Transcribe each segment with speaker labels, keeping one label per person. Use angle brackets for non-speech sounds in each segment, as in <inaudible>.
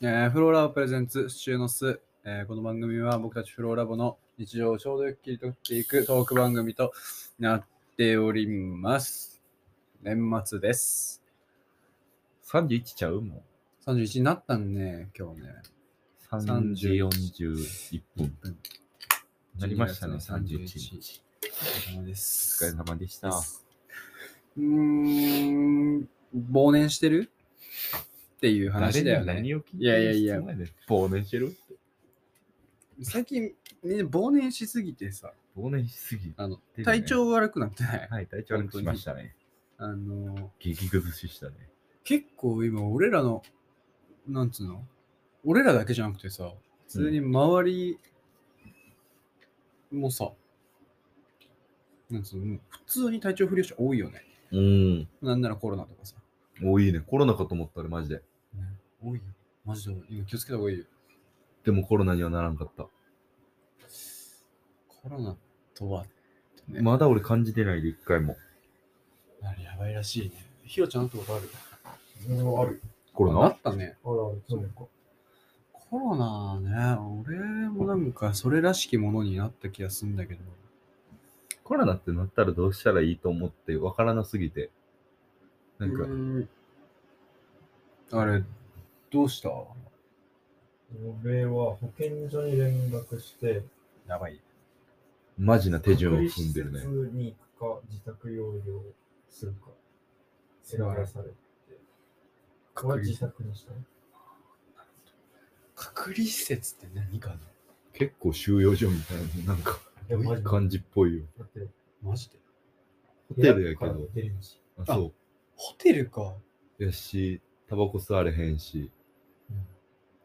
Speaker 1: えーフローラボプレゼンツ、シチューノス、えーこの番組は僕たちフローラボの日常をちょうどよく切り取っていくトーク番組となっております。年末です。
Speaker 2: 31ちゃうもん。
Speaker 1: 31になったんね、今日ね。
Speaker 2: 3時41分。
Speaker 1: うん
Speaker 2: なりましたね、
Speaker 1: 12月の
Speaker 2: 31
Speaker 1: 31
Speaker 2: 日。
Speaker 1: お疲れ様で
Speaker 2: お疲れ
Speaker 1: す。
Speaker 2: 様でした。
Speaker 1: うーん、忘年してるっていう話だよ
Speaker 2: 誰に
Speaker 1: ね。
Speaker 2: 何を聞いてる
Speaker 1: いやいやいや
Speaker 2: 質問ねん忘年してる
Speaker 1: 最近、みんな忘年しすぎてさ、
Speaker 2: 忘年しすぎ。
Speaker 1: あの
Speaker 2: てるね
Speaker 1: 体調悪くなってない。
Speaker 2: はい、体調悪くしましたね。
Speaker 1: あのー
Speaker 2: 激崩ししたね。
Speaker 1: 結構今俺らのなんつうの俺らだけじゃなくてさ普通に周りもさ、なんつうのもう普通に体調不良者多いよね
Speaker 2: うん。
Speaker 1: なんならコロナとかさ、
Speaker 2: おいいね。コロナかと思ったらマジで。
Speaker 1: ね、多いよマジで多い今気をつけた方がいいよ
Speaker 2: でもコロナにはならんかった。
Speaker 1: コロナとはってね、
Speaker 2: まだ俺感じてないで、一回も。
Speaker 1: あれやばいらしいねひよちゃんなんとかある
Speaker 3: ある。
Speaker 2: コロ
Speaker 1: あ
Speaker 2: ナ
Speaker 1: ったね
Speaker 3: あるある、去年か。
Speaker 1: コロナね俺もなんかそれらしきものになった気がするんだけど
Speaker 2: コロナってなったらどうしたらいいと思って、わからなすぎて。なんか
Speaker 1: う、んあれ、どうした
Speaker 3: 俺は保健所に連絡して、
Speaker 1: やばい。
Speaker 2: マジな手順を踏んでる
Speaker 3: 隔
Speaker 2: ね。
Speaker 3: 離施設に行くか、自宅療養するか、選ばされて。
Speaker 1: 隔
Speaker 3: 俺は
Speaker 1: 離
Speaker 3: 自宅にしたね。
Speaker 1: 隔離施設って何かな
Speaker 2: 結構収容所みたいな、なんか、
Speaker 3: いや、マジで。
Speaker 2: 感じっぽいよ。
Speaker 3: だって、
Speaker 1: マジで
Speaker 2: ホテルやけ
Speaker 3: 部屋から
Speaker 2: ど
Speaker 3: 出。れんし。
Speaker 2: あ
Speaker 1: あ
Speaker 2: そ
Speaker 1: ホテルか。
Speaker 2: う。やし、タバコ吸われへんし。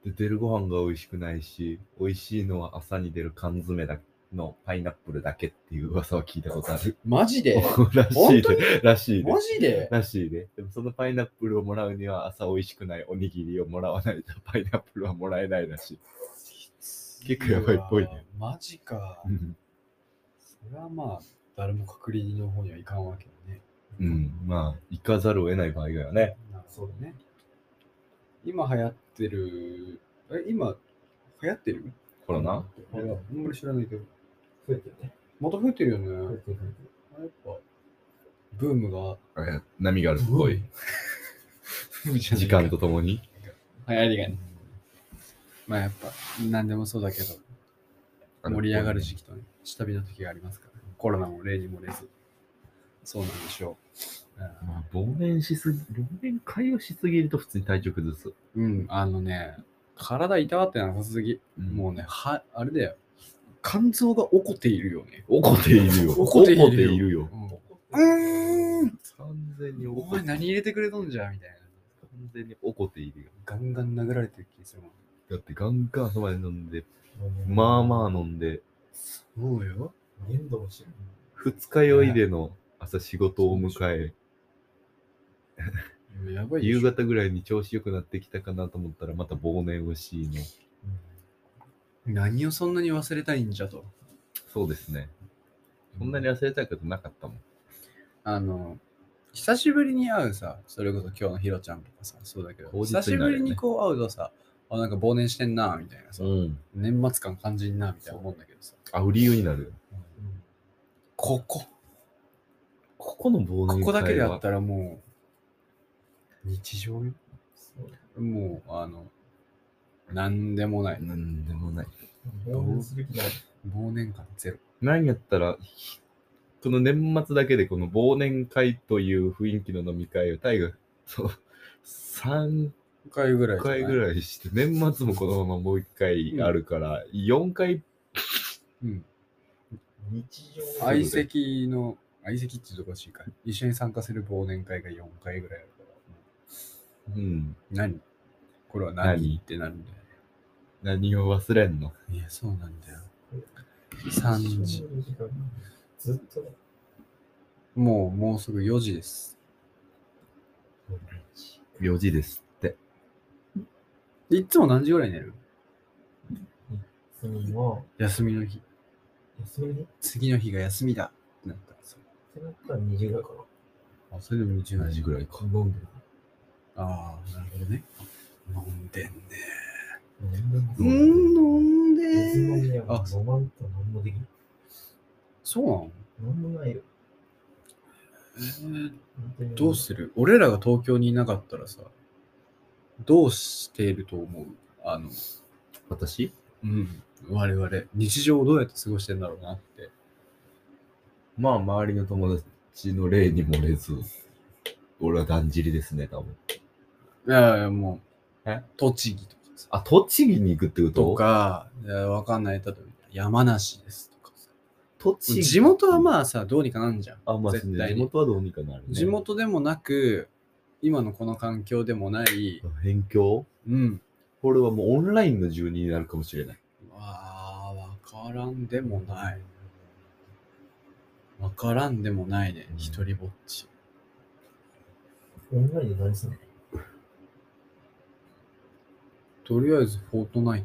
Speaker 2: で、出るご飯が美味しくないし、美味しいのは朝に出る缶詰だのパイナップルだけっていう噂は聞いたことある。
Speaker 1: マジで
Speaker 2: <laughs> らしいで、らしいで。
Speaker 1: マジで
Speaker 2: らしいで。でもそのパイナップルをもらうには朝美味しくないおにぎりをもらわないとパイナップルはもらえないらしい。結構やばいっぽいね
Speaker 1: うわー。マジか
Speaker 2: う。ん
Speaker 1: それはまあ、誰も隔離の方にはいかんわけだね。
Speaker 2: うん。まあ、行かざるを得ない場合がよね。
Speaker 1: なるほどね。今流行ってる、え、今、流行ってる
Speaker 2: コロナ
Speaker 1: あれはあんまり知らないけど。
Speaker 3: 増えてるね。
Speaker 1: また増えてるよね。
Speaker 3: 増えてる。増
Speaker 1: あれやっぱ、ブームが
Speaker 2: え波があるっぽい。 <laughs> 時
Speaker 1: 時
Speaker 2: 間とともに。
Speaker 1: 流行りがね。まあやっぱ何でもそうだけど盛り上がる時期とね下火の時がありますから、コロナも例にもれずそうなんでしょう
Speaker 2: まあ、忘年しすぎ、忘年会をしすぎると普通に体調崩す。
Speaker 1: うん、うんあのね体痛がってなさすぎ、もう
Speaker 2: ね。
Speaker 1: ねはあれだよ肝臓が起こっているよね
Speaker 2: 怒っているよ。
Speaker 1: 怒っているよ
Speaker 2: 怒っているよ。
Speaker 1: うんうーん
Speaker 2: 完全に
Speaker 1: お前
Speaker 2: 怒っている。
Speaker 1: 何入れてくれとんじゃみたいな
Speaker 2: 完全に怒っているよ。
Speaker 1: ガンガン殴られてる気するもん
Speaker 2: だってガンガンそばで飲んで、
Speaker 3: うん
Speaker 2: まあまあ飲んで、
Speaker 1: そうよ
Speaker 3: 限度も知らん。
Speaker 2: 二日酔いでの朝仕事を迎え、
Speaker 1: やばい
Speaker 2: 夕
Speaker 1: よ
Speaker 2: 方ぐらいに調子良くなってきたかなと思ったらまた忘年をしいの。
Speaker 1: 何をそんなに忘れたいんじゃと
Speaker 2: そうですね。そんなに忘れたいことなかったもん。
Speaker 1: あの、久しぶりに会うさ、それこそ今日のひろちゃんとかさ、そうだけど、
Speaker 2: 当日にな
Speaker 1: 久
Speaker 2: る
Speaker 1: し
Speaker 2: よね
Speaker 1: ぶりにこう会うとさ、あ、なんか忘年してんな、みたいなさ、
Speaker 2: うん。
Speaker 1: 年末感感じんな、みたいな思うんだけどさ、
Speaker 2: あ、売り湯になるよ。
Speaker 3: うん
Speaker 1: ここ、
Speaker 2: ここの
Speaker 1: こ
Speaker 2: 忘年会は
Speaker 1: こだけであったらもう、日常よ。
Speaker 3: そう
Speaker 1: もう、あの、なんでもない。
Speaker 2: なんでもない。
Speaker 3: 応援する気ない。
Speaker 1: 忘年感ゼロ。
Speaker 2: 何やったら、ひこの年末だけでこの忘年会という雰囲気の飲み会を大河、そう、3
Speaker 1: 5回ぐらいじゃない。
Speaker 2: 回ぐらいして、年末もこのままもう1回あるから、4回、
Speaker 1: うん。
Speaker 3: 日常
Speaker 2: あい
Speaker 1: 相席の、相席っていうとおかしいか。一緒に参加する忘年会が4回ぐらいあるから。
Speaker 2: うん、
Speaker 1: 何これは
Speaker 2: 何
Speaker 1: 何ってなるんだよ。
Speaker 2: 何を忘れんの
Speaker 1: いや、そうなんだよ。3時。
Speaker 3: ずっとね。
Speaker 1: もう、もうすぐ4時です。
Speaker 2: ?4 時ですって。
Speaker 1: いつも何時ぐらいに寝る
Speaker 3: 休みは、
Speaker 1: 休みの日。
Speaker 3: 休みね。
Speaker 1: 次の日が休みだってなったらさ。
Speaker 3: ってなったら2時ぐらいか
Speaker 1: あ、それでも2時
Speaker 2: 4時ぐらい
Speaker 3: な。飲んでる。
Speaker 1: ああ、なるほどね。飲んでんね。
Speaker 2: う
Speaker 1: うんん、飲ん
Speaker 3: 水飲
Speaker 1: で
Speaker 3: みやも
Speaker 1: あ
Speaker 3: ん飲まんと何もできない。
Speaker 1: そうなの、
Speaker 3: 何もないよ。
Speaker 1: えー
Speaker 3: 本当に
Speaker 1: どうする俺らが東京にいなかったらさ、どうしていると思うあの、
Speaker 2: 私
Speaker 1: うん、我々、日常をどうやって過ごしてんだろうなって。
Speaker 2: まあ、周りの友達の例に漏れず、俺はだんじりですね、多分。
Speaker 1: いやいや、もう
Speaker 2: え、
Speaker 1: 栃木とかさ、
Speaker 2: あ、栃木に行くってこと
Speaker 1: とか、いやわかんない、例えば山梨ですとかさ。
Speaker 2: 栃木。
Speaker 1: 地元は
Speaker 2: あ、
Speaker 1: まあさ、どうにかなんじゃん。
Speaker 2: あ、まあ、
Speaker 1: 絶対
Speaker 2: 地
Speaker 1: に
Speaker 2: 元はどうにかなるね。
Speaker 1: 地元でもなく、今のこの環境でもない、
Speaker 2: 辺境
Speaker 1: うん。
Speaker 2: これはもうオンラインの住人になるかもしれない。
Speaker 1: ああ、わからんでもない。わからんでもないね
Speaker 2: う。ん
Speaker 1: 一人ぼっち。
Speaker 3: オンラインで何すんの
Speaker 1: とりあえず、フォートナイ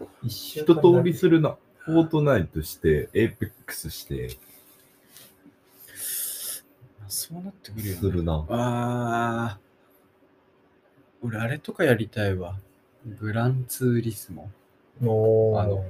Speaker 1: ト
Speaker 3: 一週
Speaker 2: 一
Speaker 3: 間
Speaker 2: 通りするな。フォートナイトして、エーペックスして、
Speaker 1: そうなってくるよ、ね。
Speaker 2: するな。
Speaker 1: ああ。俺、あれとかやりたいわ。グランツーリスモ。
Speaker 3: お
Speaker 1: あ
Speaker 3: ー
Speaker 1: の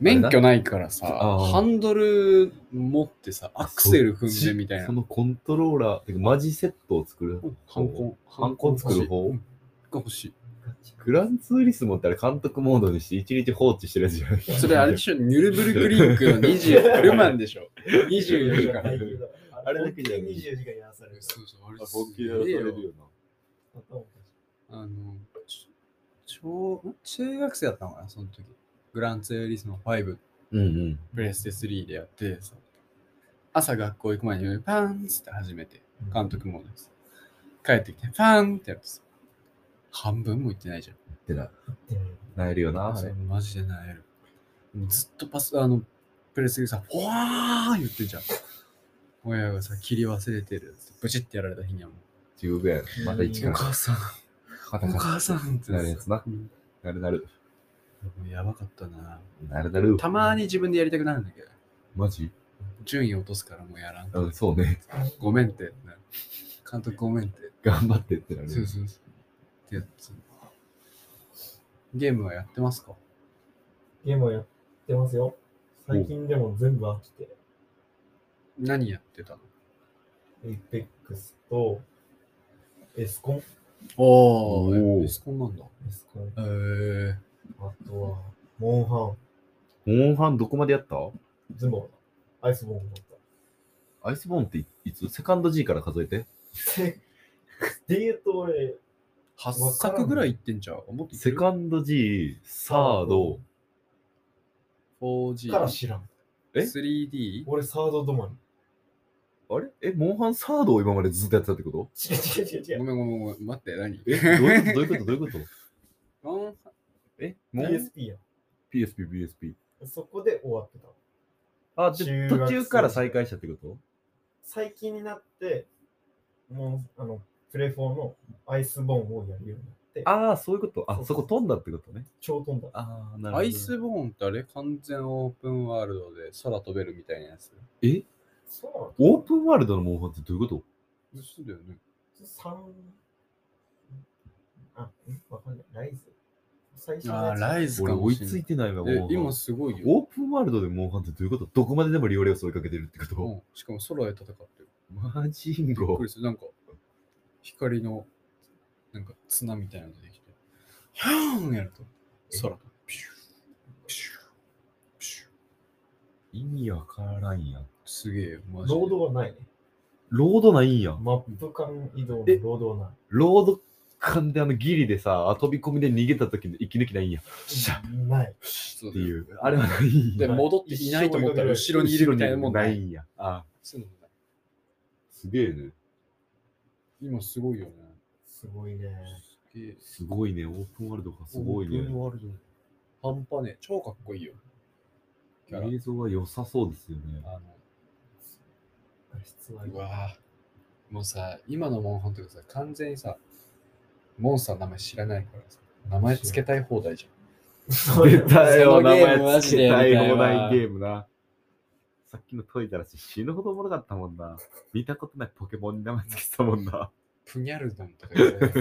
Speaker 1: 免許ないからさ、
Speaker 2: あー
Speaker 1: ハンドル持ってさ、アクセル踏んでみたい
Speaker 2: そ
Speaker 1: な。
Speaker 2: のコントローラー、てかマジセットを作る。
Speaker 1: ハンコン。
Speaker 2: ハンコン作る方
Speaker 1: うんが欲しい。
Speaker 3: ガチ
Speaker 2: グランツーリスモってあれ監督モードにして一日放置してるやつじゃない
Speaker 1: それあれでしょ、ニュルブルクリンクの20、ルマ
Speaker 2: <laughs>
Speaker 1: ンでしょ。24時間。
Speaker 2: あれだけじゃ
Speaker 3: 24時間やらされる。
Speaker 1: そうそう、
Speaker 2: <laughs>
Speaker 1: あれ
Speaker 2: 本
Speaker 1: す
Speaker 2: 気でやら
Speaker 1: げえ
Speaker 2: され
Speaker 1: よ
Speaker 2: るよな。
Speaker 3: 頭おか
Speaker 1: あの、ち小、中学生だったのかな、その時。グランツーリスモ5、
Speaker 2: うんうん。
Speaker 1: プレステ3でやってさ、朝学校行く前にパンっつって始めて、
Speaker 3: しい
Speaker 1: 監督モードです。帰ってきて、パンってやってさ、半分も行ってないじゃん。
Speaker 2: ってな、
Speaker 3: うん
Speaker 2: なえるよな、あ
Speaker 1: そ
Speaker 2: れ
Speaker 1: れ。マジでなえる。ずっとパス、あの、プレスでさ、フわー言ってんじゃん。親がさ、切り忘れてるっつって。ブチってやられた日にはも
Speaker 2: 十分。また一
Speaker 1: う、
Speaker 2: か
Speaker 1: お
Speaker 2: ら。
Speaker 1: 母さん、お
Speaker 2: また
Speaker 1: 母さんって
Speaker 2: なるやつな
Speaker 1: う。ん
Speaker 2: なるなる。
Speaker 1: もうやばかったな。
Speaker 2: なるなる。
Speaker 1: たまに自分でやりたくなるんだけど、
Speaker 2: マジ
Speaker 1: 順位落とすからもうやらん。
Speaker 2: うん、そうね。
Speaker 1: ごめんってなる。監督ごめんって。
Speaker 2: 頑張ってってな
Speaker 1: そう
Speaker 2: る。
Speaker 1: そうそう。ってやつ。ゲームはやってますか
Speaker 3: ゲームをやってますよ。最近でも全部飽きて、
Speaker 1: 何やってたの
Speaker 3: エイペックスと、エスコン。
Speaker 1: お
Speaker 2: おー
Speaker 1: エスコンなんだ。
Speaker 3: エスコン。
Speaker 1: えー、
Speaker 3: あとは、モンハ
Speaker 2: モンハンどこまでやった
Speaker 3: ン。全部、アイスボーン持った。
Speaker 2: アイスボーンっていいつセカンド G から数えて。
Speaker 3: <laughs> せって言うと俺、
Speaker 1: 8作ぐらいいってんちゃうもっといって
Speaker 2: セ
Speaker 1: る
Speaker 2: カンド G、サード、
Speaker 1: 4G
Speaker 3: から知らん。
Speaker 2: え
Speaker 1: 3D?
Speaker 3: 俺サード止まり。
Speaker 2: あれえ、モンハンサードを今までずっとやってたってこと
Speaker 3: 違う違う違う違
Speaker 1: ご
Speaker 3: う。
Speaker 1: めんごめんごめん。待って、何
Speaker 2: え、どういうことどういうことどういうこと
Speaker 1: モン
Speaker 2: え、モン
Speaker 3: PSP や。
Speaker 2: PSP、PSP。
Speaker 3: そこで終わってた。
Speaker 2: あ、じゃあ
Speaker 3: 中
Speaker 2: 途
Speaker 3: 学
Speaker 2: 中から再開したってこと
Speaker 3: 最近になって、もう、あの、プレフォーのアイスボーンをやるようになって、
Speaker 2: ああ、そういうこと。あ
Speaker 3: そ、う
Speaker 2: そ
Speaker 3: そう
Speaker 2: こ飛んだってことね。
Speaker 3: 超飛んだ。
Speaker 2: ああ、なるほ
Speaker 1: <laughs>
Speaker 2: ど。
Speaker 1: アイスボーンってあれ完全オープンワールドで空飛べるみたいなやつ。
Speaker 2: え、
Speaker 3: そうなの
Speaker 2: オープンワールドのモンハンってどういうこと
Speaker 1: そうだよね。
Speaker 3: 三あ、んわかんない。ライズ最初の
Speaker 1: あ
Speaker 3: や
Speaker 1: ー、
Speaker 3: つ
Speaker 1: ライズ
Speaker 2: 俺
Speaker 1: か
Speaker 2: 追
Speaker 1: も
Speaker 2: い
Speaker 1: しれ
Speaker 2: つい
Speaker 1: ない。
Speaker 2: てないわ、モンハ
Speaker 1: え
Speaker 2: ン、。
Speaker 1: 今すごいよ。
Speaker 2: オープンワールドでモンハンってどういうことどこまででもリオレオス追いかけてるってこ
Speaker 1: う
Speaker 2: と、
Speaker 1: ん、しかも空で戦ってる。
Speaker 2: マジン
Speaker 1: びっ
Speaker 2: ゴ
Speaker 1: く。りする。なんか、光の、なんか、綱みたいなの出てきて、ヒャーンやると、空が、ピュー、ピュー、ピュー。
Speaker 2: 意味わからんやん。
Speaker 1: すげえよ、マジで
Speaker 3: ロードはないね。
Speaker 2: ロードないんや。
Speaker 3: マップ間移動のロ
Speaker 2: え
Speaker 3: ードはない。
Speaker 2: ロード間であのギリでさ、飛び込みで逃げた時の息抜きないんや。シャッ
Speaker 3: ない。
Speaker 1: そう
Speaker 2: っ
Speaker 1: だよ
Speaker 2: ていう。あれはないん
Speaker 1: で、
Speaker 2: や。
Speaker 1: 戻っていないと思ったら、後ろにいるみたいなもん
Speaker 2: な
Speaker 1: ないい。
Speaker 2: んや。あ、
Speaker 1: そういうのもない
Speaker 2: すげえね。
Speaker 1: 今すごいよね。
Speaker 3: すごいね。
Speaker 1: すげえ。
Speaker 2: すごいね。オープンワールドがすごいね
Speaker 1: オー。プンワールド半端ねえ。超かっこいいよ。キャラ
Speaker 2: 映像は良さそうですよね。
Speaker 1: あ
Speaker 3: 画質は
Speaker 1: の、うわぁ。もうさ、今のモンハンとかさ、完全にさ、モンスターの名前知らないからさ、名前つけたい放題じゃん。
Speaker 3: そう
Speaker 2: 出
Speaker 3: <laughs>
Speaker 2: た
Speaker 1: そ
Speaker 2: よ、
Speaker 1: の
Speaker 2: 名
Speaker 1: ゲーム
Speaker 2: 前つけた
Speaker 1: マジ
Speaker 2: い
Speaker 1: でやりたい
Speaker 2: 放
Speaker 1: わ
Speaker 2: 題ゲームな。さっきの解いたら死ぬほどおもろかったもんな。見たことないポケモンに名前つけてたもんな。。
Speaker 1: プニャルドンとか言われる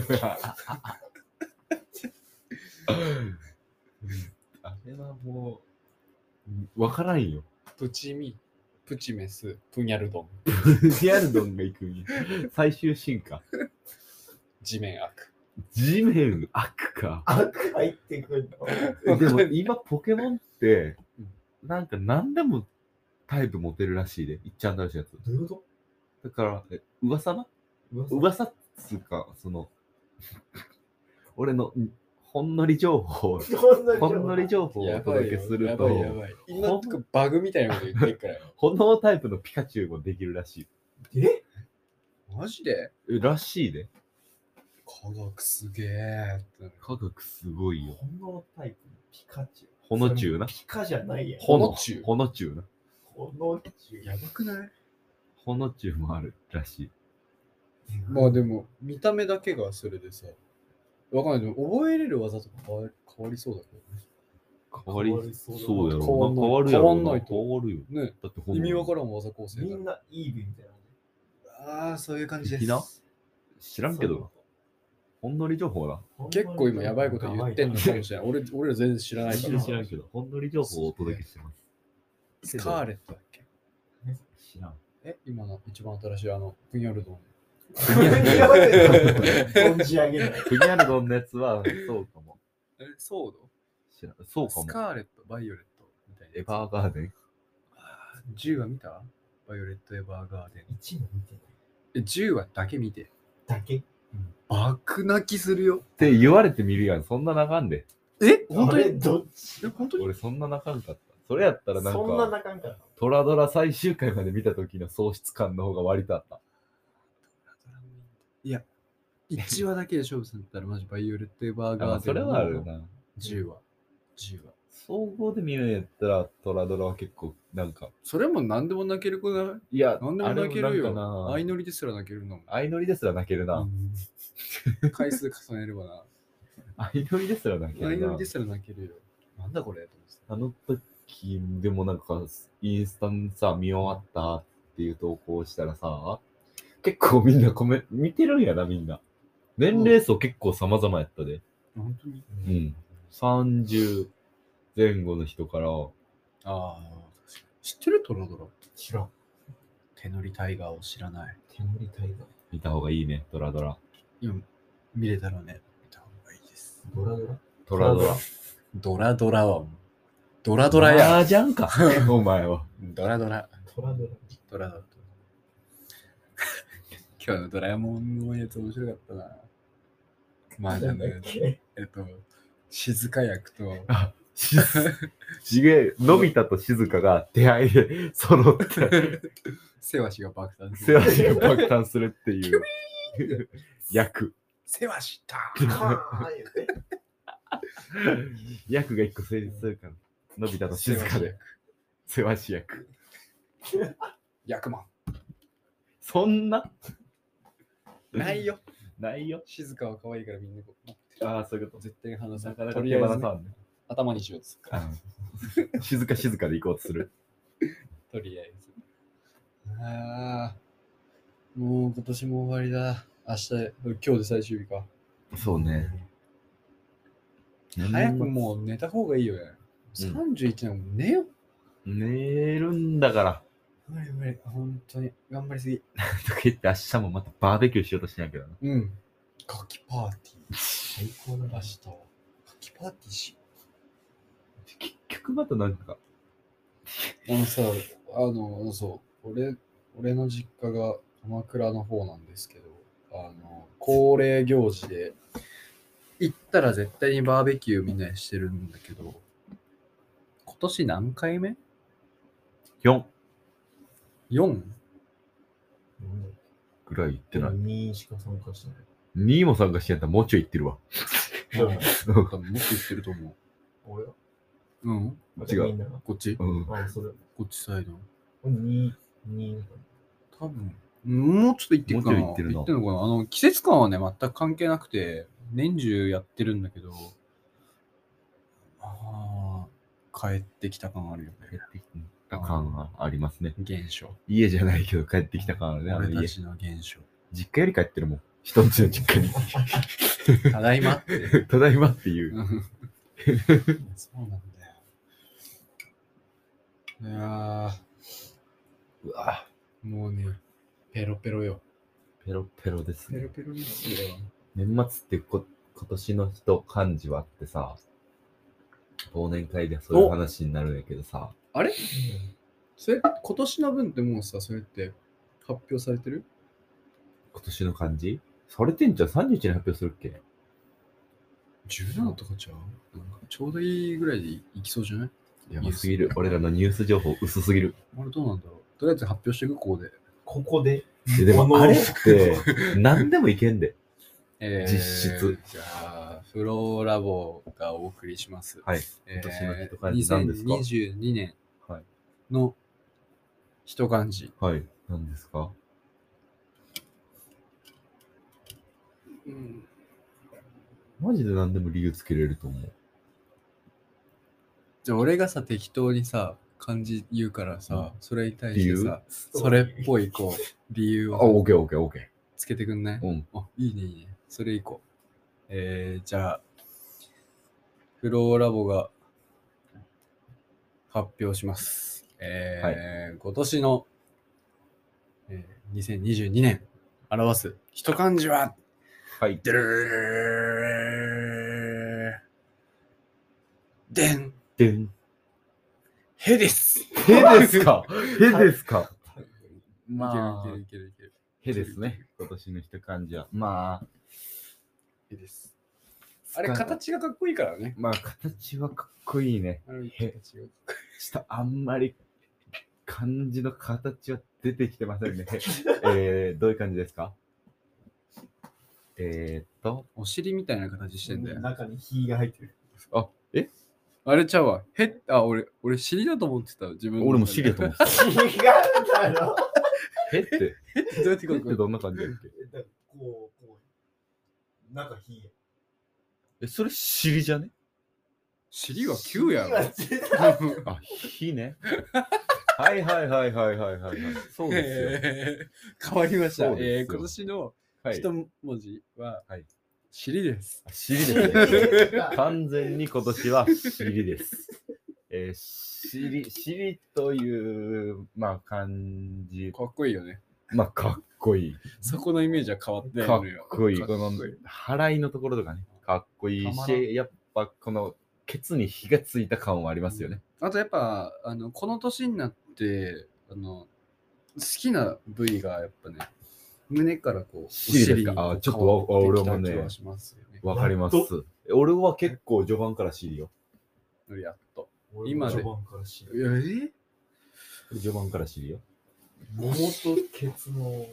Speaker 2: わからんよ。
Speaker 1: <laughs> プチミ、プチメス、プニャルドン、
Speaker 2: リアルドンが行くんや。最終進化。
Speaker 1: 地面悪。
Speaker 2: 地面悪か。
Speaker 3: 悪入ってくるの。
Speaker 2: えで
Speaker 1: わ
Speaker 2: も
Speaker 1: かん
Speaker 2: 今ポケモンって
Speaker 1: うん、
Speaker 2: なんか何でもタイプ持てるらしいで、いっちゃんらしいやつ。
Speaker 3: どういうこ
Speaker 2: だから、え噂な
Speaker 3: と
Speaker 2: 噂っつうか、その、俺のんほんのり情報、ほんのり情報をお
Speaker 1: やば
Speaker 2: 届
Speaker 1: い
Speaker 2: け
Speaker 1: よ
Speaker 2: する
Speaker 1: やばいや
Speaker 2: と、
Speaker 1: ばい。今のとこバグみたいなこと言ってるからよ。
Speaker 2: 炎タイプのピカチュウもできるらし
Speaker 3: え
Speaker 1: <laughs> マジで
Speaker 2: い。えらしいで。
Speaker 1: 科学すげえってなる。
Speaker 2: 科学すごいよ。
Speaker 3: ほんのタイプのピカチュウ。
Speaker 2: ほのちゅうな
Speaker 3: それピカじゃないやん。
Speaker 1: ほ
Speaker 2: 炎
Speaker 1: のちゅう
Speaker 2: ほのちゅうな。
Speaker 3: ほのちゅう。
Speaker 1: やばくない
Speaker 2: ほのちゅうもあるらしい。
Speaker 1: まあでも、見た目だけがそれでさ、わかんない。でも覚えれる技とか変わり変わりそうだけ
Speaker 2: 変わり
Speaker 3: 変わりそ
Speaker 2: そうう
Speaker 3: だな
Speaker 2: やろな。
Speaker 1: 変
Speaker 2: 変
Speaker 1: わ
Speaker 2: わ
Speaker 1: んない
Speaker 2: るや
Speaker 1: 変
Speaker 2: ろ
Speaker 1: わんないと
Speaker 2: 変わるよ。
Speaker 1: どね。
Speaker 2: だって
Speaker 1: ね
Speaker 2: ほ
Speaker 1: 意味わから
Speaker 2: ん。
Speaker 1: ん技構成
Speaker 3: み
Speaker 1: だ
Speaker 3: んなイービーみたいな。
Speaker 1: ああ、そういう感じで
Speaker 2: 的な
Speaker 1: す。
Speaker 2: 知らんけどな。ほんのり情報な。
Speaker 1: 結構今やばいこと言ってんのかもしれない。俺俺ら全然知らないから。
Speaker 2: 知らんけど。ほんのり情報をお届けしてま
Speaker 1: ス
Speaker 2: す。
Speaker 1: カーレットだっけ
Speaker 2: 知らん。
Speaker 1: え、今の一番新しいあの、プニャルドン。
Speaker 3: やばいこと存じ上げない。
Speaker 2: クニャルドンのやつは、そうかも。
Speaker 1: え、ソー
Speaker 2: 知らん。そ
Speaker 1: ド
Speaker 2: うか
Speaker 1: ス
Speaker 2: も。
Speaker 1: カーレット、バイオレットみたいな
Speaker 2: エ
Speaker 1: や
Speaker 2: ヴ
Speaker 1: つ。
Speaker 2: ァーガーデン。
Speaker 1: 10話見たバイオレット・エヴァーガーデン。
Speaker 3: 一の見てない。
Speaker 1: え、10話だけ見て。
Speaker 3: だけ
Speaker 1: 爆泣きするよ。
Speaker 2: って言われてみるやん。そんな泣かんで。
Speaker 1: え本当
Speaker 3: あれ
Speaker 1: に
Speaker 3: どっち
Speaker 1: え、本当に
Speaker 2: 俺そんな泣かんかった。それやったらなん
Speaker 3: そんな
Speaker 2: か、
Speaker 3: 仲んから。
Speaker 2: トラドラ最終回まで見た時の喪失感の方が割とあった。
Speaker 1: いや、1話だけで勝負するんだったら、マジバイオレット・エヴァー
Speaker 2: あま
Speaker 1: ガ
Speaker 2: あ
Speaker 1: ーデ
Speaker 2: そ
Speaker 1: ン
Speaker 2: れはあるよな。
Speaker 1: 10話。10話。
Speaker 2: 総合で見るんやったら、トラドラは結構、なんか、
Speaker 1: それも何でも泣ける子だ。
Speaker 2: いや、
Speaker 1: 何でも泣ける
Speaker 2: あれもなん
Speaker 1: よ。
Speaker 2: か
Speaker 1: 相
Speaker 2: な
Speaker 1: 乗りですら泣けるの。
Speaker 2: 相乗りですら泣けるな。
Speaker 1: うん回数重ねればな。
Speaker 2: 相乗りですら泣け
Speaker 1: 相
Speaker 2: る
Speaker 1: 乗
Speaker 2: な
Speaker 1: りで。すら泣けるよ。なんだこれと思ってた
Speaker 2: あの時、でもなんか、インスタンさ、見終わったっていう投稿をしたらさ、結構みんなコメ、見てるんやな、みんな。年齢層結構様々やったで。
Speaker 1: 本当に
Speaker 2: うん。30前後の人から、
Speaker 1: ああ、確かに知ってるトロドロ。
Speaker 3: 知らん。
Speaker 1: 手乗りタイガーを知らない。
Speaker 3: 手乗りタイガー。
Speaker 2: 見た方がいいね、ドラドラ。
Speaker 1: 今、見れたらね、見た方がいいです。
Speaker 3: ドラドラ。
Speaker 2: トラドラ。
Speaker 1: ドラドラは、ドラドラや。
Speaker 2: 麻雀か、 <laughs> お前は。
Speaker 1: ドラドラ。
Speaker 3: ドラドラ。
Speaker 1: ドラドラ。 <laughs> 今日のドラえもんのやつ面白かったな。まあじゃあ <laughs>
Speaker 3: なんだっ
Speaker 1: ね、
Speaker 3: け
Speaker 1: えっと、静か役と、
Speaker 2: しすげえ、のび太と静香が出会いで <laughs> 揃って、
Speaker 1: <laughs> せわしが爆弾す
Speaker 2: 世
Speaker 1: る。
Speaker 2: 話しが爆誕するっていう役。
Speaker 1: せわしだ
Speaker 3: はーい言うて
Speaker 2: 役が一個成立するから、のび太と静香で、世話し役。
Speaker 1: 役満。
Speaker 2: そんな
Speaker 1: ないよ。
Speaker 2: ないよ。
Speaker 1: 静かは可愛いからみんなこう、
Speaker 2: ああ、そういうこと。
Speaker 1: 絶対話さ
Speaker 2: な
Speaker 1: ない。と
Speaker 2: かなか
Speaker 1: り
Speaker 2: 手
Speaker 1: あえ
Speaker 2: 放
Speaker 1: ず
Speaker 2: さ
Speaker 1: ね、
Speaker 2: んね。
Speaker 1: 頭にしようっつうから。
Speaker 2: うん静か静かで行こうとする。
Speaker 1: とりあえず。ああ、もう今年も終わりだ。明日、今日で最終日か。
Speaker 2: そうね。
Speaker 1: 早くもう寝た方がいいよね。31年も寝よ。
Speaker 2: 寝るんだから。
Speaker 1: 無理無理、本当に。頑張りすぎ。
Speaker 2: とか言って明日もまたバーベキューしようとしないけどな。
Speaker 1: うん。ガキパーティー。
Speaker 3: 最高だ
Speaker 1: 明
Speaker 3: な。
Speaker 1: 日は。ガキパーティーしよ
Speaker 2: 結局またなんか、
Speaker 1: う。あのさ、あの、あのそう、俺、俺の実家が鎌倉の方なんですけど、あの、恒例行事で、行ったら絶対にバーベキューみんなでしてるんだけど、今年何回目
Speaker 2: 4
Speaker 1: ?4?
Speaker 2: ぐらい行ってない。
Speaker 3: 2しか参加してない。
Speaker 2: 2位も参加してんやったらもうちょい行ってるわ。
Speaker 3: うん
Speaker 1: 多分もっと行ってると思
Speaker 3: 俺は
Speaker 1: う。うん。
Speaker 2: 違う
Speaker 3: みんなが
Speaker 1: こっち
Speaker 2: うん。
Speaker 3: あ、それ。
Speaker 1: こっちサイド。
Speaker 3: 2、2だか
Speaker 1: 多分もうちょっと行ってるかな
Speaker 2: もうちょい行ってるな
Speaker 1: 行ってのかなあの季節感はね全く関係なくて年中やってるんだけどああ帰ってきた感あるよ
Speaker 2: 帰っ
Speaker 1: ね
Speaker 2: てきた感がありますね。
Speaker 1: 現象
Speaker 2: 家じゃないけど帰ってきた感あるね、あの
Speaker 1: 俺た
Speaker 2: 家。
Speaker 1: ちの現象
Speaker 2: 実家より帰ってるもん。人んちの実家
Speaker 1: ただいま <laughs> って
Speaker 2: に。ただいまっていう。
Speaker 1: うんそうなんだよいや
Speaker 2: うわ
Speaker 1: ー、もうね、ペロペロよ。
Speaker 2: ペロペロです
Speaker 1: ペロ
Speaker 2: ね。
Speaker 1: ペロですよ。
Speaker 2: 年末ってこ今年の人漢字はあってさ、忘年会でそういう話になるんやけどさ、
Speaker 1: あれそれ、今年の分ってもうさ、それって発表されてる
Speaker 2: 今年の漢字されてんじゃん ?31 に発表するっけ
Speaker 1: ?17 とかちゃうなんかちょうどいいぐらいでいいきそうじゃない
Speaker 2: やばすぎる。俺らのニュース情報薄すぎ <laughs> る。
Speaker 1: あれどうなんだろうとりあえず発表していく、ここで。
Speaker 3: ここで、
Speaker 2: ででも
Speaker 3: 物
Speaker 2: あ
Speaker 3: を
Speaker 2: れ <laughs> って何でもいけんで。
Speaker 1: え
Speaker 2: 実質。
Speaker 1: じゃあ、フローラボがお送りします。
Speaker 2: はい。
Speaker 1: え
Speaker 2: 私の人
Speaker 1: ー、
Speaker 2: 漢字何ですか
Speaker 1: 2022年
Speaker 2: はい
Speaker 1: の一漢字。
Speaker 2: はい。何ですか
Speaker 1: うん
Speaker 2: マジで何でも理由つけれると思う。
Speaker 1: じゃあ、俺がさ、適当にさ、漢字言うからさ、それに対して
Speaker 2: 理
Speaker 1: さ、それっぽい
Speaker 2: <laughs>
Speaker 1: こう、理由
Speaker 2: あ、
Speaker 1: を
Speaker 2: オーケーオーケーオーケ
Speaker 1: つけてくんない
Speaker 2: ー。うん。
Speaker 1: あ、いいね、いいね。それいこう。えー、じゃあ、フローラボが発表します。えー今年の、えー、2022年表す一漢字は、
Speaker 2: はい。
Speaker 1: でるーでん、
Speaker 2: でん。
Speaker 1: へです。
Speaker 2: へですか <laughs> へですかまあ
Speaker 1: いけるいけるいける
Speaker 2: へですね。今年の一漢字は。ま
Speaker 1: いける。へです。あれ、形がかっこいいからね。
Speaker 2: まあ、形はかっこいいね。
Speaker 1: あれ
Speaker 2: へ
Speaker 1: 形が
Speaker 2: ちょっとあんまり漢字の形は出てきてません <laughs> ね。えー、どういう感じですかえー、っと、
Speaker 1: お尻みたいな形してんだよ。
Speaker 3: 中に火が入ってる。
Speaker 2: あ、え
Speaker 1: あれちゃうわ。へっ、あ、俺、俺、尻だと思ってた。自分の中で
Speaker 2: 俺もシリアと思ってた。
Speaker 3: 違うだろ
Speaker 2: <laughs> へって、へ
Speaker 1: へ <laughs> ってどうやって書
Speaker 2: っ
Speaker 1: く
Speaker 2: て
Speaker 1: の
Speaker 2: どんな感じだっけ
Speaker 3: だからこう、こう。中火。
Speaker 2: え、それ尻じゃね
Speaker 1: 尻は9や
Speaker 3: <laughs>
Speaker 1: ろ。
Speaker 2: あ、火ね。はいはいはいはいはいはいはい。そうですよ。
Speaker 1: えー <laughs> 変わりました。
Speaker 2: そうですよ
Speaker 1: えー今年の
Speaker 2: はい。
Speaker 1: 一文字は、
Speaker 2: はい
Speaker 1: 尻です。
Speaker 2: 尻ですね。完全に今年は尻です。えー、尻、尻という、まあ、漢字。
Speaker 1: かっこいいよね。
Speaker 2: まあ、かっこいい。
Speaker 1: そこのイメージは変わって
Speaker 2: かっ
Speaker 1: るよ。
Speaker 2: こいい。
Speaker 1: かっ
Speaker 2: この払いのところとかね、かっこいい
Speaker 1: たまらん
Speaker 2: し、やっぱこのケツに火がついた感はありますよね。
Speaker 1: あとやっぱ、あの、この年になって、あの、好きな部位がやっぱね、胸からこう、お
Speaker 2: 尻です
Speaker 1: に
Speaker 2: か
Speaker 1: こう
Speaker 2: あちょっとわ
Speaker 1: 変わってきた気
Speaker 2: 俺もね
Speaker 1: はしますよね。
Speaker 2: わかります
Speaker 3: やっ。
Speaker 2: 俺は結構序盤から尻よ。
Speaker 1: やっと。今
Speaker 3: 今
Speaker 1: で
Speaker 3: 序盤から知
Speaker 1: え
Speaker 3: る。
Speaker 1: ー
Speaker 2: 序盤から尻よ。
Speaker 3: 桃とケツの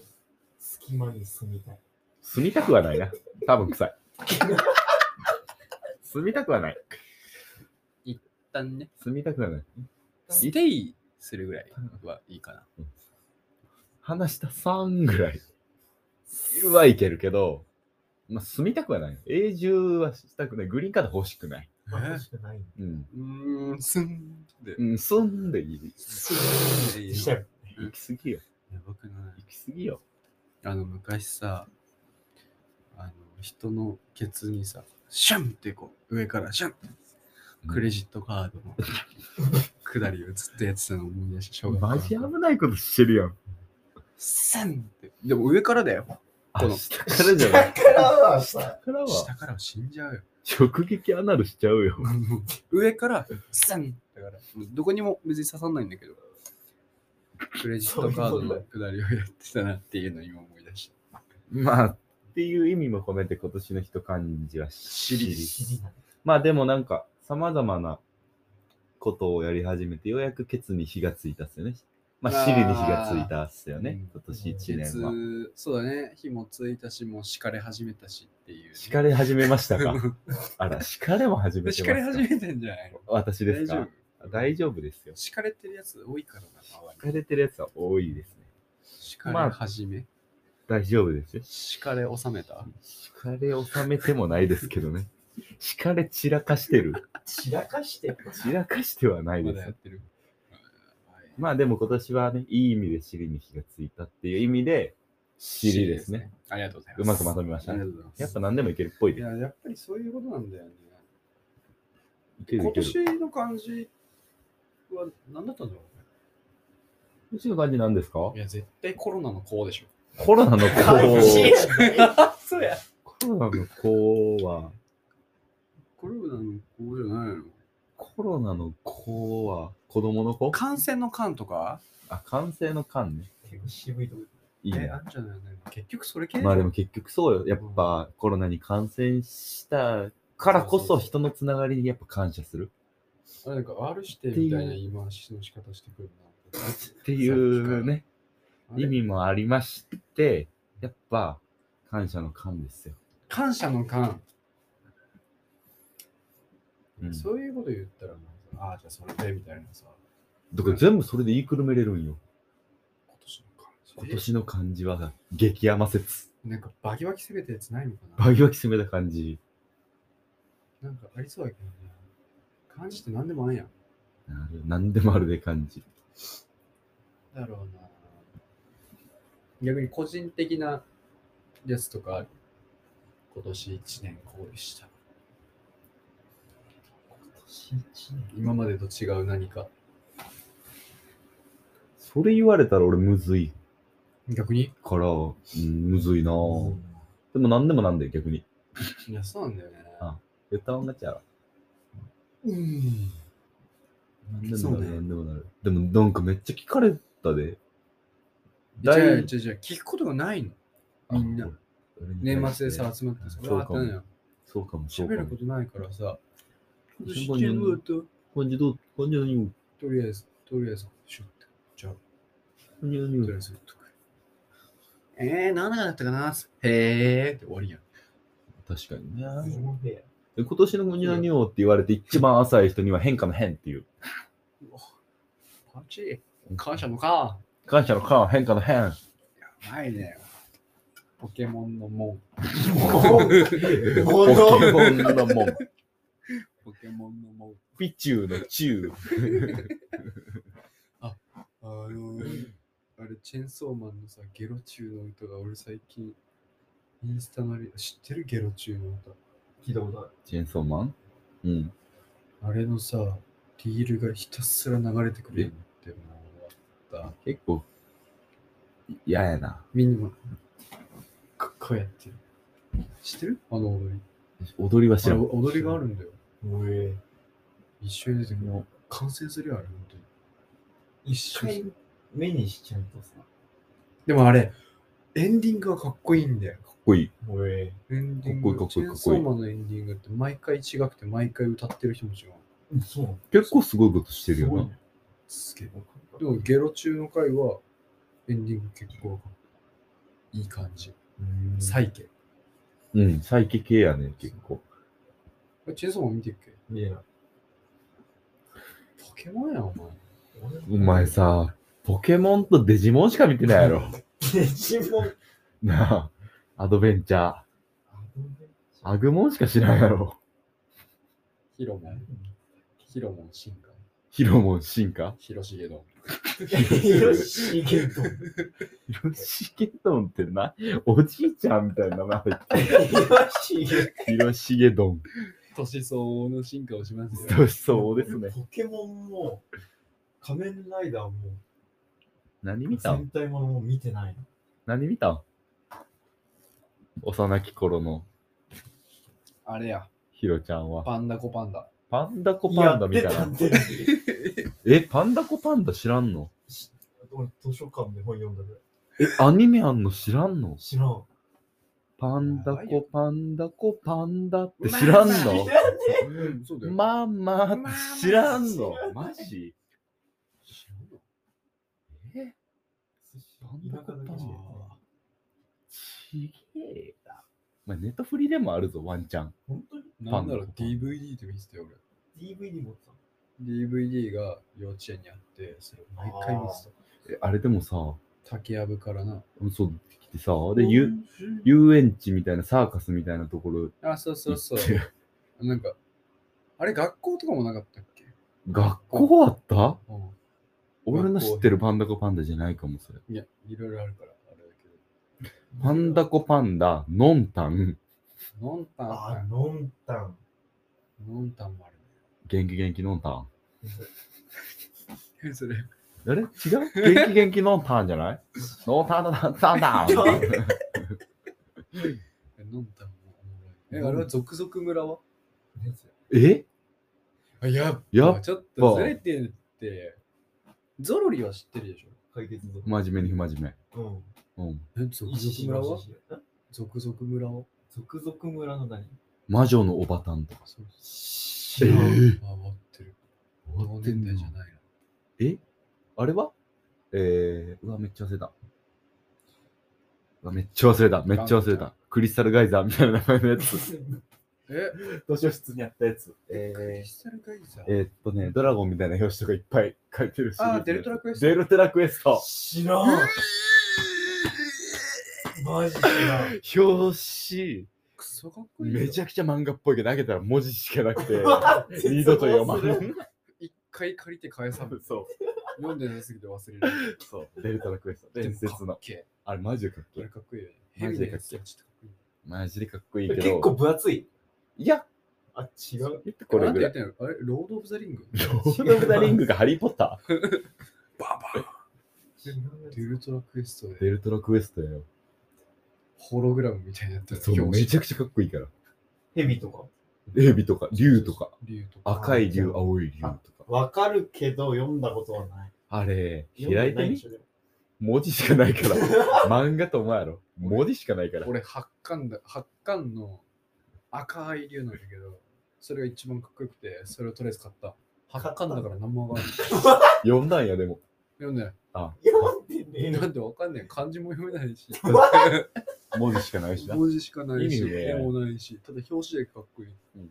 Speaker 3: 隙間に住みたい。
Speaker 2: 住みたくはないな。多分臭い。 <laughs> 住みたくはない。
Speaker 1: 一旦ね、
Speaker 2: 住みたくはない。
Speaker 1: ステイするぐらいはいいかな。
Speaker 2: 話した3ぐらいはいけるけど、まあ、住みたくはない。永住はしたくない。グリーンカード欲しくない。
Speaker 3: まあ欲しくない。
Speaker 2: うん。
Speaker 1: うーん、すんで。
Speaker 2: うん、住んでいい。
Speaker 1: すんでいい
Speaker 3: し
Speaker 1: の
Speaker 3: た
Speaker 1: や
Speaker 3: よ。
Speaker 2: 行き過ぎよ。
Speaker 1: ばくない
Speaker 2: 行き過ぎよ。
Speaker 1: あの、昔さ、あの、人のケツにさ、シャンってこう、上からシャンってクレジットカード
Speaker 2: <laughs>
Speaker 1: の下りをずっとやってたの思い出して、小学校の頃
Speaker 2: マジ危ないことしてるやん。
Speaker 1: シャンって。でも上からだよ。
Speaker 2: あ
Speaker 1: この
Speaker 2: 下からじゃない。
Speaker 3: だからはさ、
Speaker 2: から
Speaker 1: 下
Speaker 2: は
Speaker 1: からは死んじゃうよ。
Speaker 2: 直撃アナルしちゃうよ。
Speaker 1: 上からスンだからもうどこにも別に刺さんないんだけどクレジットカードの下りをやってたなっていうのを今思い出した
Speaker 2: まあ、っていう意味も込めて今年の一漢字は尻。
Speaker 3: 知りない。
Speaker 2: まあでもなんか、さまざまなことをやり始めて、ようやくケツに火がついたっすよね。まあ、尻に火がついたっすよ
Speaker 1: う
Speaker 2: ね
Speaker 1: ん。
Speaker 2: 今年一年は。
Speaker 1: 鉄そうだね火もついたしもう敷かれ始めたしっていう
Speaker 2: 敷かれ始めましたかあら、敷かれも始めて
Speaker 1: 敷
Speaker 2: ま
Speaker 1: かれ
Speaker 2: すか
Speaker 1: 始めてんじゃないの
Speaker 2: 私で
Speaker 1: 大
Speaker 2: すか
Speaker 1: 丈夫
Speaker 2: 大丈夫ですよ。
Speaker 1: 敷かれてるやつ多いからな周
Speaker 2: 敷
Speaker 1: り
Speaker 2: かれてるやつは多いですね。
Speaker 1: 敷かれ始め
Speaker 2: 大丈夫ですよ。
Speaker 1: 敷かれ収めた
Speaker 2: 敷かれ収めてもないですけどね。敷かれ散らかしてる。
Speaker 3: 散らかしてる。
Speaker 2: 散らかしてはない
Speaker 1: ま
Speaker 2: で
Speaker 1: だや
Speaker 2: す
Speaker 1: っ。てるうんはい
Speaker 2: まあでも今年はね、いい意味で尻に火がついたっていう意味で、尻ですね。
Speaker 1: ありがとうございます
Speaker 2: うまくまとめまし
Speaker 1: あ
Speaker 2: た
Speaker 1: りが。
Speaker 2: ね
Speaker 1: とうございます
Speaker 2: やっぱ何でもいけるっぽい
Speaker 1: い
Speaker 2: で。
Speaker 1: や、やっぱりそういうことなんだよね。
Speaker 2: いける
Speaker 1: 今
Speaker 2: いける。
Speaker 1: 年の感じは何だったんだろうね。
Speaker 2: うちの感じなんですか
Speaker 1: いや、絶対コロナの子でしょ。
Speaker 2: コロナの
Speaker 3: 感じ
Speaker 2: 子。
Speaker 1: そうや。
Speaker 2: コロナの子は、
Speaker 1: コロナの子じゃないの
Speaker 2: コロナの子は、子供の子
Speaker 1: 感染の感とか
Speaker 2: あ、感染の感ね。
Speaker 3: 結構渋いとこ
Speaker 2: いい
Speaker 1: え、
Speaker 2: ね
Speaker 1: あ。んじゃないの結局それ系
Speaker 2: まあでも結局そうよ。やっぱコロナに感染したからこそ人のつながりにやっぱ感謝する
Speaker 1: あなんか R してみたいな言い回しの仕方してくるな。
Speaker 2: っていうね、
Speaker 1: あれ
Speaker 2: 意味もありまして、やっぱ感謝の感ですよ。
Speaker 1: 感謝の感、
Speaker 2: うん
Speaker 1: そういうこと言ったらなんかああじゃあそれでみたいなさ
Speaker 2: だから全部それで言いくるめれるんよ。
Speaker 1: 今年の感じ
Speaker 2: 今年の漢字は激甘説。
Speaker 1: なんかバキバキ攻めたやつないのかな
Speaker 2: バキバキ攻めた感じ。
Speaker 1: なんかありそうやけどね感じって何でもあんやん
Speaker 2: なる何でもあるで感じ。
Speaker 1: だろうな逆に個人的なやつとかある今年1年こうでした今までと違う何か
Speaker 2: それ言われたら俺むずい
Speaker 1: 逆に
Speaker 2: から、うん、むずいなぁ。でも何でもなんだよ、逆に。
Speaker 1: いやそうなんだよね
Speaker 2: あ言ったもん勝ちやろ。
Speaker 1: うん
Speaker 2: 何でもな
Speaker 1: そう
Speaker 2: る、
Speaker 1: ね
Speaker 2: 何でもなる。でもなんかめっちゃ聞かれたで。
Speaker 1: じゃあ
Speaker 2: 大
Speaker 1: じゃあじゃあ聞くことがないのみんな。年末でさ、集まってさ、
Speaker 2: そう
Speaker 1: わー
Speaker 2: か
Speaker 1: って
Speaker 2: も
Speaker 1: なんや
Speaker 2: そうかも、そう
Speaker 1: 喋
Speaker 2: か
Speaker 1: る
Speaker 2: も
Speaker 1: こ。とないからさ、
Speaker 2: うん
Speaker 1: 知ってるのと、
Speaker 2: 感じどう、感じのにも、
Speaker 1: とりあえず、とりあえず、シュッて、じゃあ、
Speaker 2: 感じのに
Speaker 1: と
Speaker 2: も
Speaker 1: りあえず言っとく。えー、何がだったかなへーって終わりやん。
Speaker 2: 確かにね。
Speaker 3: ろ。その部屋
Speaker 2: で今年の感じのにもって言われて一番浅い人には変化の変っていう。
Speaker 1: パチ感謝のか
Speaker 2: 感謝の感、変化の変。
Speaker 1: ないね。ポケモンのも <laughs> ん。
Speaker 2: ポ
Speaker 3: 本当
Speaker 2: ケモンのもん。
Speaker 1: ポケモンのもん。
Speaker 2: ピチューのチュー。
Speaker 1: あのー、あれ、チェンソーマンのさ、ゲロチューの歌が俺最近、インスタのリ、知ってるゲロチューの歌。
Speaker 3: 聞いたことある。
Speaker 2: チェーンソーマンうん。
Speaker 1: あれのさ、リールがひたすら流れてくるようになってもう終わった。
Speaker 2: 結構、嫌やな。
Speaker 1: みんなも、ここうやってる。知ってるあの踊り。
Speaker 2: 踊りは知
Speaker 1: あれ
Speaker 2: らん。
Speaker 1: 踊りがあるんだよ。
Speaker 3: うえ
Speaker 1: 一緒に出てもう完成するよ、あれ、本当に。
Speaker 3: 一回目にしちゃうとさ。
Speaker 1: でもあれ、エンディングがかっこいいんだよ。
Speaker 2: かっこいい。
Speaker 3: うえ
Speaker 1: エンディング
Speaker 2: かっこいいかっこいい
Speaker 1: チェ
Speaker 2: かっこいい
Speaker 1: ンソーマンのエンディングって毎回違くて毎回歌ってる人も違う。
Speaker 3: そうなの
Speaker 2: 結構すごいことしてるよ
Speaker 3: すごい
Speaker 2: な。
Speaker 3: ね
Speaker 1: すげえ。でもゲロ中の回はエンディング結構いい感じ。
Speaker 3: うん
Speaker 1: サイケ。
Speaker 2: うん、サイケ系やね、結構。
Speaker 1: チェンソーマン見てるっけ
Speaker 3: 見えない
Speaker 1: ポケモンやん、お前。
Speaker 2: お前さ、ポケモンとデジモンしか見てないや
Speaker 3: <laughs>
Speaker 2: ろ。
Speaker 3: デジモン。
Speaker 2: なあ、アドベンチャー。アグモンしか知らんやろ。
Speaker 1: ヒロモン、ヒロモン進化、
Speaker 2: ヒロモン進化
Speaker 1: ヒロシゲド
Speaker 3: よし、いけると思う。
Speaker 2: ヒロシゲドンってな、おじいちゃんみたいな名前入っ
Speaker 3: よし、いける
Speaker 2: て。ヒロシゲドン。
Speaker 1: ン。年相応の進化をします <laughs> よ。
Speaker 2: どうしそうですね。
Speaker 3: ポケモンも、仮面ライダーも、
Speaker 2: 何見たん
Speaker 3: 戦隊ものも見てないの。
Speaker 2: 何見たん幼き頃の
Speaker 1: あれや、
Speaker 2: ヒロちゃんは。
Speaker 1: パンダコパンダ。
Speaker 2: パンダコパンダみたい
Speaker 3: や
Speaker 2: な
Speaker 3: っ。てたんで
Speaker 2: え、パンダコパンダ知らんの
Speaker 3: 俺、図書館で本読んだぐらい。
Speaker 2: え、アニメあんの知らんの
Speaker 3: 知らん。
Speaker 2: パンダ
Speaker 1: やばいよ
Speaker 2: コパンダコパンダって知らんの
Speaker 3: 知らん
Speaker 1: うん、そうだよ。
Speaker 2: ママって知らんのマジ
Speaker 1: 知らんの
Speaker 2: え
Speaker 3: 田舎
Speaker 2: パンダ
Speaker 3: の家で
Speaker 2: コちげえな。まあ、ネットフリでもあるぞ、ワンチャン。
Speaker 3: 本当に
Speaker 1: なんなら
Speaker 2: パンダ
Speaker 1: DVD って見せてよ、俺。
Speaker 3: DVD 持ってたの
Speaker 1: DVD が幼稚園にあって、それ毎回見せた。
Speaker 2: えあれでもさ、
Speaker 1: 竹やぶからな。
Speaker 2: そう、来てさ、で、ゆ遊園地みたいな、サーカスみたいなところ
Speaker 1: あ、そうそ
Speaker 2: 行
Speaker 1: う
Speaker 2: っ
Speaker 1: そう。
Speaker 2: て、
Speaker 1: なんか、あれ、学校とかもなかったっけ
Speaker 2: 学校あった
Speaker 1: うん。
Speaker 2: 俺の知ってるパンダコパンダじゃないかも、それ。
Speaker 1: いや、いろいろあるから、あれだけど。
Speaker 2: パンダコパンダ、ノンタン、
Speaker 1: ノンタン
Speaker 3: あ、
Speaker 1: か、
Speaker 3: ノンタン。
Speaker 1: ノンタンもある
Speaker 2: 元気元気ノンタン。
Speaker 1: ね。それ、
Speaker 2: あれ違う元気元気ノンタンじゃないノンタンだタンタンタン
Speaker 1: え飲んだもおもろいえ、あれは続々村は
Speaker 2: え
Speaker 1: あやっ
Speaker 2: やっ
Speaker 1: ぱちょっとずれてるって、ゾロリは知ってるでしょ
Speaker 3: 解決ぞ。
Speaker 2: 真面目に不真面
Speaker 3: うん。
Speaker 2: 目。うん。
Speaker 1: え、続
Speaker 3: 石
Speaker 1: 々村は
Speaker 3: 島氏ん
Speaker 1: 続々村は
Speaker 3: 続々村の何
Speaker 2: 魔女のおばたんとか。
Speaker 1: そう
Speaker 3: 知
Speaker 2: らん
Speaker 1: あ、持ってる。
Speaker 2: 持
Speaker 1: 同
Speaker 2: ってん
Speaker 1: 年
Speaker 2: の
Speaker 1: 代じゃないな。
Speaker 2: えあれはえー、うわ、めっちゃ忘れた。うわめっちゃ忘れた。めっちゃ忘れた。クリスタルガイザーみたいな名前のやつ。
Speaker 1: え、
Speaker 2: 図書室にあったやつ。
Speaker 1: ク
Speaker 2: え
Speaker 1: リスタルガイザ
Speaker 2: ー、えーっとね、ドラゴンみたいな表紙とかいっぱい書いてるし。
Speaker 1: あーデルトラクエスト
Speaker 2: デルトラクエスト。
Speaker 3: 知らん。マジ知らん。
Speaker 2: 表紙、
Speaker 1: クソかっこいいよ。
Speaker 2: めちゃくちゃ漫画っぽいけど、投げたら文字しかなく <laughs> て。二
Speaker 3: 二
Speaker 2: 度と読まない。
Speaker 1: 一回借りて返さん。
Speaker 2: そ
Speaker 1: 読んでなすぎて忘れる。
Speaker 2: う、そう。デルトラクエスト。伝
Speaker 1: でも
Speaker 2: 説
Speaker 1: かっ
Speaker 2: の。
Speaker 1: けえ。
Speaker 2: あれ、マジでかっ
Speaker 1: あ
Speaker 2: け
Speaker 1: れ
Speaker 2: え。
Speaker 1: かっこいいよね。
Speaker 2: マジでか
Speaker 1: ヘビーなや
Speaker 2: っけえ
Speaker 1: つやちょっとかっこいい
Speaker 2: マジでかっこいいけど。
Speaker 3: 結構、分厚い。
Speaker 2: いや、
Speaker 3: あ、違う。
Speaker 2: これぐら
Speaker 1: あなんて言
Speaker 2: い。
Speaker 1: ってんのあれ、ロード・オブ・ザ・リング
Speaker 2: ロード・オブ・ザ・リングがハリー・ポッター。
Speaker 1: ババ
Speaker 3: 違う
Speaker 1: デルトラクエスト
Speaker 2: デ
Speaker 1: で
Speaker 2: ルトラクエストやよ。
Speaker 1: ホログラムみたいなやつ
Speaker 2: そう、めちゃくちゃかっこいいから。
Speaker 3: ヘビとか。
Speaker 2: エビとか、竜とか、
Speaker 1: 理由とか。
Speaker 2: 赤い竜、青い竜とか。
Speaker 3: わかるけど、読んだことはない。
Speaker 2: あれ、
Speaker 3: 読ん
Speaker 2: 開い
Speaker 3: でな
Speaker 2: て
Speaker 3: で
Speaker 2: み
Speaker 3: しょでも
Speaker 2: 文字しかない <laughs> から。漫画とお前やろ。文字しかないから。
Speaker 1: 俺、八巻だ、八巻の赤い竜なんだけど、それが一番かっこよくて、それをとりあえず買った。八巻だから何もわかんない。
Speaker 2: 読んだんや、でも。
Speaker 1: 読んでない。
Speaker 3: 読んでねえ
Speaker 1: な
Speaker 3: の
Speaker 1: んでわかんない。漢字も読めないし。
Speaker 2: 文字しかないしな。
Speaker 1: 文字しかないし、
Speaker 2: 意味ね
Speaker 1: 絵もないし、ただ表紙でかっこいい。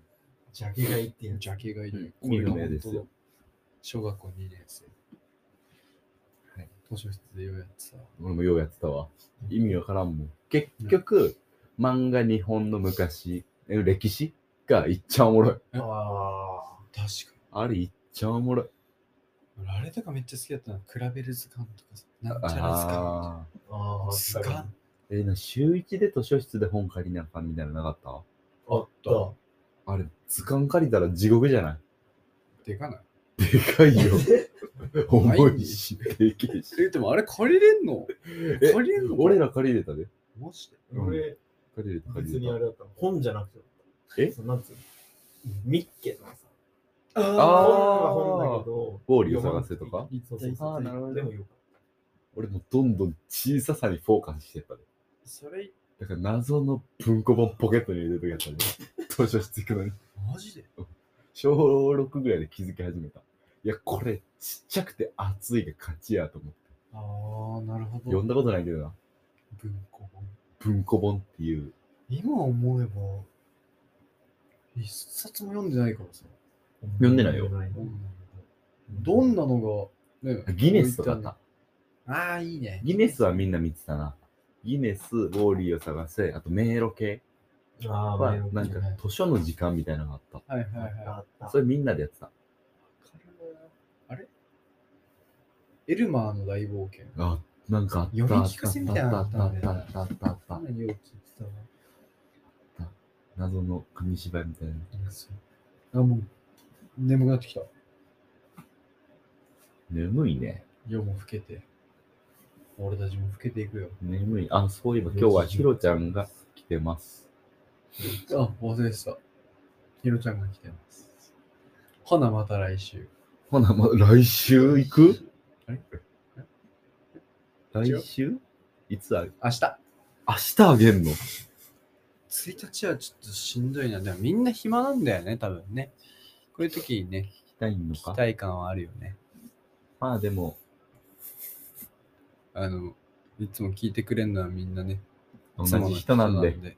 Speaker 3: ジャケ買いってや
Speaker 1: ジャケがいる。
Speaker 2: うん意味不明です
Speaker 1: これ
Speaker 2: よ
Speaker 1: が本当。小学校2年生。はい。図書室でようやってさ。
Speaker 2: 俺もようやってたわ。意味わからんもん。結局、漫画日本の昔、え歴史がいっちゃおもろい。
Speaker 3: つ。あ
Speaker 1: 確
Speaker 2: あれいっちゃおもろい。
Speaker 1: かに。あれとかめっちゃ好きだったな。クラベル図鑑とかさ。なんちゃら図鑑。
Speaker 2: ああ。
Speaker 3: ーあー。
Speaker 1: 図鑑
Speaker 2: えな、週一で図書室で本借りなあかんみたいなのなかっ
Speaker 3: あった。
Speaker 2: たあれ、図鑑借りたら地獄じゃない
Speaker 1: でかない。
Speaker 2: でかい <laughs> よ。重いし、でけえし。
Speaker 1: え、でもあれ借りれんの
Speaker 2: え
Speaker 1: 借りれんの
Speaker 2: 俺。ら借りれたで。
Speaker 1: マジで
Speaker 2: うん
Speaker 3: 俺、
Speaker 2: 借りれた、借
Speaker 3: 別
Speaker 2: り
Speaker 3: に
Speaker 2: れ
Speaker 3: あ
Speaker 2: た。
Speaker 3: れだったの。本じゃなくて。
Speaker 2: え
Speaker 3: そのなんつうのミッケのさ。本は
Speaker 2: あ
Speaker 3: 本だけど。
Speaker 2: ウォーリーを探せとか
Speaker 3: そうそう
Speaker 2: あ
Speaker 3: そ
Speaker 2: ー
Speaker 3: う。
Speaker 2: なるほど
Speaker 3: でもよかっ
Speaker 2: 俺もどんどん小ささにフォーカスしてったで。
Speaker 1: それ、
Speaker 2: だから謎の文庫本ポケットに入れるやつある。図書室行くのに。
Speaker 1: マジで
Speaker 2: 小6ぐらいで気づき始めた。いや、これちっちゃくて熱いが勝ちやと思って。
Speaker 1: ああ、なるほど。
Speaker 2: 読んだことないけどな。
Speaker 1: 文庫本。
Speaker 2: 文庫本っていう。
Speaker 1: 今思えば、一冊も読んでないからさ。
Speaker 3: た。
Speaker 2: 読んでないよ
Speaker 1: どんなのが、ね、
Speaker 2: ギネスとか
Speaker 1: 置いてあ
Speaker 2: あった。
Speaker 1: るのああ、いいね。
Speaker 2: ギネスはみんな見てたな。ギネス、ウォーリーを探せ、あと迷路系
Speaker 3: ああ、
Speaker 2: は
Speaker 3: 迷路
Speaker 2: なんか図書の時間みたいなのがあっ
Speaker 1: はいはいはい。
Speaker 3: あった
Speaker 2: た。それみんなでやってた。
Speaker 1: あれエルマーの大冒険。
Speaker 2: あ、なんかあった。
Speaker 1: 読み聞かせみたいなの
Speaker 2: あ
Speaker 1: あ
Speaker 2: っ
Speaker 1: ったた
Speaker 2: あ
Speaker 1: ん
Speaker 2: っ
Speaker 1: だ
Speaker 2: た
Speaker 1: よ
Speaker 2: あ
Speaker 1: ね
Speaker 2: ったあったあっ
Speaker 1: か
Speaker 2: た
Speaker 1: な。りよく聞いてたわ。
Speaker 2: 謎の紙芝居みたいな。
Speaker 1: あ、もう、眠くなってきた。
Speaker 2: 眠いね。
Speaker 1: 夜も更けて。俺たちも更けていくよ。
Speaker 2: 眠い。あ、そういえば今日はヒロちゃんが来てます。
Speaker 1: あ、忘れてた。ひろちゃんが来てます。ほな、また来週。
Speaker 2: ほな、ま、来週行く
Speaker 1: あれ
Speaker 2: 来週いつあげ
Speaker 1: 明日
Speaker 2: 明日あげんの
Speaker 1: !1 日はちょっとしんどいな。でもみんな暇なんだよね、多分ね。こういう時にね、
Speaker 2: 来たいの
Speaker 1: 期
Speaker 2: か
Speaker 1: 待感はあるよね。
Speaker 2: まあでも、
Speaker 1: あの、いつも聞いてくれるのはみんなね、
Speaker 2: 同じ人なんで。え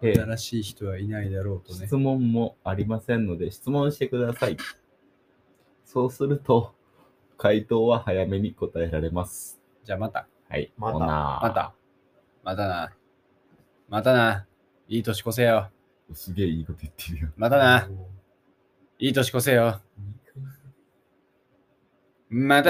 Speaker 2: え
Speaker 1: 新しい人はいないだろうとね
Speaker 2: 質。問もありませんので、質問してください。そうすると、回答は早めに答えられます。
Speaker 1: じゃあまた。
Speaker 2: はい。
Speaker 3: また
Speaker 2: ほな
Speaker 1: また。またな。またな。いい年越せよ。
Speaker 2: すげえいいこと言ってるよ。
Speaker 1: またな。いい年越せよ。また。